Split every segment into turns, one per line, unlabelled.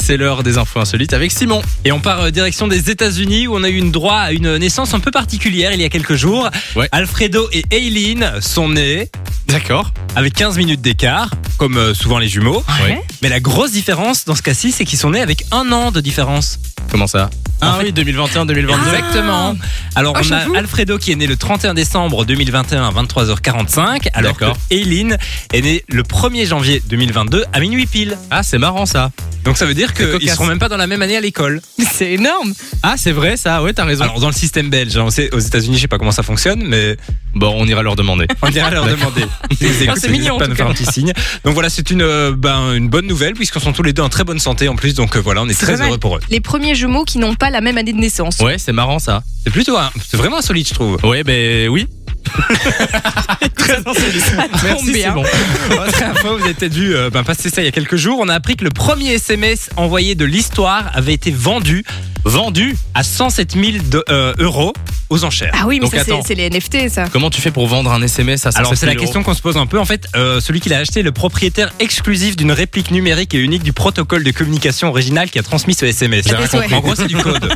C'est l'heure des infos insolites avec Simon.
Et on part euh, direction des États-Unis où on a eu une droit à une naissance un peu particulière il y a quelques jours.
Ouais.
Alfredo et Aileen sont nés
D'accord.
avec 15 minutes d'écart, comme euh, souvent les jumeaux.
Ouais.
Mais la grosse différence dans ce cas-ci, c'est qu'ils sont nés avec un an de différence.
Comment ça
En
Ah oui, 2021, 2022.
Exactement. Alors
Ah,
on
j'avoue.
a Alfredo qui est né le 31 décembre 2021 à 23h45, alors que
D'accord.
Aileen est née le 1er janvier 2022 à minuit pile.
Ah, c'est marrant ça.
Donc ça veut dire qu'ils
cocasse.
seront même pas dans la même année à l'école.
Mais c'est énorme.
Ah, c'est vrai ça. Ouais, t'as raison.
Alors dans le système belge, hein, on sait, aux États-Unis, je sais pas comment ça fonctionne, mais
bon, on ira leur demander.
on ira leur demander. Si vous écoutez,
c'est
n'hésitez
mignon, en
Pas à
tout
nous faire un petit signe. Donc voilà, c'est une euh, ben, une bonne nouvelle puisqu'ils sont tous les deux en très bonne santé en plus. Donc euh, voilà, on est
C'est
très
pas mal.
heureux pour eux.
Les premiers jumeaux qui n'ont pas la même année de naissance.
Ouais, c'est marrant ça.
C'est plutôt, un- c'est vraiment insolite, je trouve.
Ouais, ben oui.
très insolite.
Tombe bien.
Simon.
Autre info, vous avez peut-être dû euh, ben, passer ça il y a quelques jours. On a appris que le premier SMS envoyé de l'histoire avait été vendu
Vendu.
à 107 000 de- euh, euros aux enchères.
Ah oui, mais
Donc,
ça, c'est-
attends.
c'est les NFT, ça.
Comment tu fais pour vendre un SMS à 107
Alors c'est la
000
question qu'on se pose un peu. En fait, euh, celui qui l'a acheté est le propriétaire exclusif d'une réplique numérique et unique du protocole de communication original qui a transmis ce SMS.
J'ai
rien SOS. compris.
En gros, c'est du code.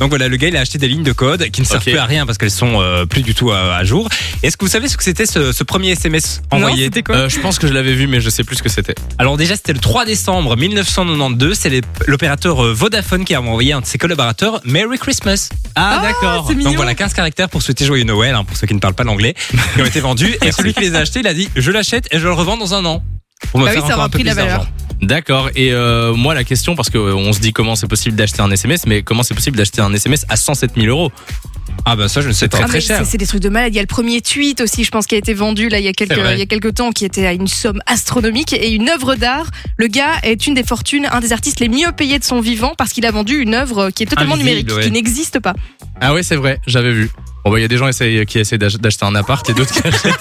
Donc voilà, le gars il a acheté des lignes de code qui ne servent
Ok.
plus à rien parce qu'elles sont euh, plus du tout à, à jour. Est-ce que vous savez ce que c'était ce, ce premier SMS envoyé
Non, c'était quoi
euros. Euh, je pense que je l'avais vu, mais je sais plus ce que c'était.
Alors déjà, c'était le 3 décembre 1992. C'est les- l'opérateur euh, Vodafone qui a envoyé à un de ses collaborateurs Merry Christmas.
Ah, d'accord. c'est
Donc
mignon.
voilà, 15 caractères pour souhaiter joyeux Noël, hein, pour ceux qui ne parlent pas l'anglais, qui ont été vendus. Et celui qui les a achetés, il a dit je l'achète et je le revends dans un an. Pour me
Bah oui,
faire
ça
encore
aura
un peu
pris de la
plus
valeur.
d'argent.
D'accord. Et euh, moi, la question, parce que euh, on se dit comment c'est possible d'acheter un SMS, mais comment c'est possible d'acheter un SMS à 107 000 euros
Ah bah ça, je ne sais pas.
Ah, mais c'est- C'est des trucs de malade. Il y a le premier tweet aussi, je pense, qui a été vendu là, il, y a quelques,
C'est vrai.
il y a quelques temps, qui était à une somme astronomique. Et une œuvre d'art, le gars est une des fortunes, un des artistes les mieux payés de son vivant parce qu'il a vendu une œuvre qui est totalement
Invisible,
numérique,
ouais.
qui n'existe pas.
Ah ouais, c'est vrai, j'avais vu. Bon bah il y a des gens essayent- qui essaient d'ach- d'acheter un appart et d'autres qui achètent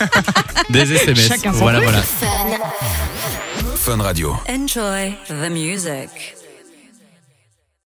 des SMS.
Chacun son
voilà, voilà.
Enjoy the music.